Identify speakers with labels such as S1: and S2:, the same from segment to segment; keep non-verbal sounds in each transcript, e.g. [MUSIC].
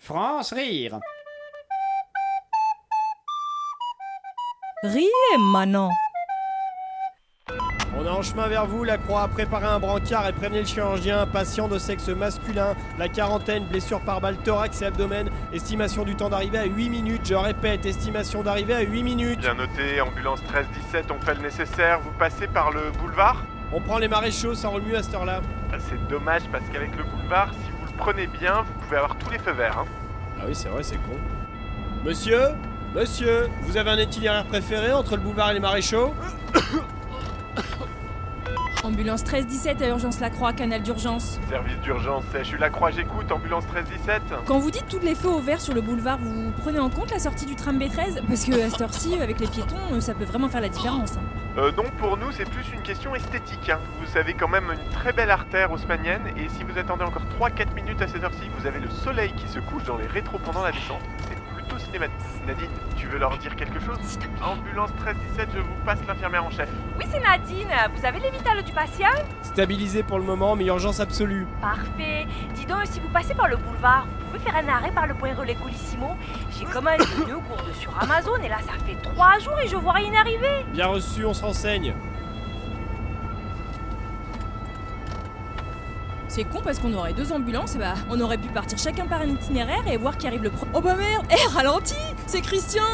S1: France Rire.
S2: Riez, Manon.
S3: On est en chemin vers vous, la croix a préparé un brancard et prévenez le chirurgien, patient de sexe masculin, la quarantaine, blessure par balle, thorax et abdomen, estimation du temps d'arrivée à 8 minutes, je répète, estimation d'arrivée à 8 minutes.
S4: Bien noté, ambulance 1317, on fait le nécessaire, vous passez par le boulevard
S3: On prend les maréchaux, ça roule mieux à cette heure-là.
S4: Ah, C'est dommage parce qu'avec le boulevard, si vous le prenez bien, vous pouvez avoir tous les feux verts. hein.
S3: Ah oui, c'est vrai, c'est con. Monsieur Monsieur Vous avez un itinéraire préféré entre le boulevard et les maréchaux
S2: Ambulance 1317 à Urgence Lacroix, canal d'urgence.
S4: Service d'urgence, c'est- je suis la croix, j'écoute, ambulance 1317.
S2: Quand vous dites toutes les feux au vert sur le boulevard, vous prenez en compte la sortie du tram B13 Parce que à cette heure-ci, avec les piétons, euh, ça peut vraiment faire la différence. hein.
S4: Euh, non, pour nous, c'est plus une question esthétique. hein. Vous avez quand même une très belle artère haussmannienne, et si vous attendez encore 3-4 minutes à cette heure-ci, vous avez le soleil qui se couche dans les rétros pendant la descente. C'est plutôt cinématique. Nadine, tu veux leur dire quelque chose Ambulance 1317, je vous passe l'infirmière en chef.
S5: Oui, c'est Nadine. Vous avez les vitales du patient
S3: Stabilisé pour le moment, mais urgence absolue.
S5: Parfait. Dis donc, si vous passez par le boulevard, vous pouvez faire un arrêt par le point relais Colissimo. J'ai [COUGHS] commandé deux gourdes sur Amazon et là, ça fait trois jours et je vois rien arriver.
S3: Bien reçu, on se renseigne.
S2: C'est con parce qu'on aurait deux ambulances, et bah on aurait pu partir chacun par un itinéraire et voir qui arrive le premier. Oh bah merde Eh, ralenti C'est Christian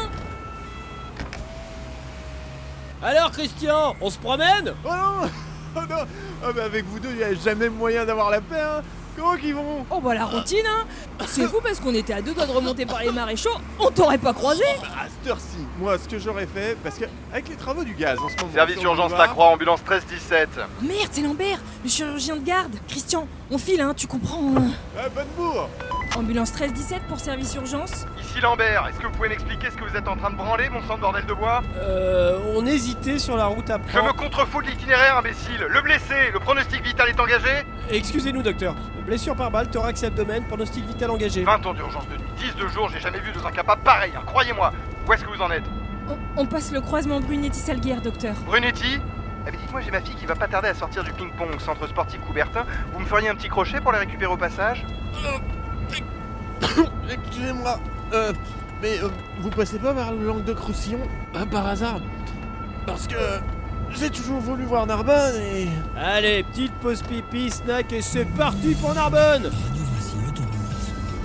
S3: Alors Christian, on se promène
S6: Oh non Oh non Ah bah avec vous deux, il n'y a jamais moyen d'avoir la paix, hein Comment qu'ils vont
S2: Oh bah la routine, hein C'est fou parce qu'on était à deux doigts de remonter par les maréchaux, on t'aurait pas croisé
S6: Bah, À cette heure-ci, moi, ce que j'aurais fait, parce que avec les travaux du gaz en ce moment...
S4: Service
S6: sur le
S4: d'urgence
S6: boulevard,
S4: La Croix, ambulance 1317.
S2: Merde, c'est Lambert, le chirurgien de garde Christian, on file, hein, tu comprends hein.
S6: Ah, Bonnebourg
S2: Ambulance 1317 pour service urgence
S4: Ici Lambert, est-ce que vous pouvez m'expliquer ce que vous êtes en train de branler, mon sang de bordel de bois
S3: Euh, on hésitait sur la route à
S4: Je me
S3: prendre.
S4: contrefous de l'itinéraire, imbécile Le blessé, le pronostic vital est engagé
S3: Excusez-nous, docteur. Blessure par balle, thorax et abdomen, pronostic vital engagé.
S4: 20 ans d'urgence de nuit, 10 de jour, j'ai jamais vu deux incapables pareils, hein, croyez-moi Où est-ce que vous en êtes
S2: On, on passe le croisement Brunetti-Salguerre, docteur.
S4: Brunetti eh bien, dites-moi, j'ai ma fille qui va pas tarder à sortir du ping-pong, centre sportif Coubertin. Vous me feriez un petit crochet pour la récupérer au passage
S6: Excusez-moi, euh, mais euh, vous passez pas par le Languedoc-Roussillon euh, Par hasard Parce que euh, j'ai toujours voulu voir Narbonne et...
S3: Allez, petite pause pipi, snack et c'est parti pour Narbonne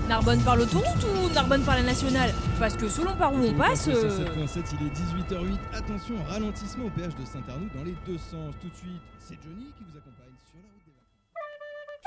S2: Narbonne par l'autoroute ou Narbonne par la nationale Parce que selon par où on passe. euh,
S7: 7.7, il est 18h08. Attention, ralentissement au péage de Saint-Arnoux dans les deux sens. Tout de suite, c'est Johnny qui vous accompagne sur la route des vacances.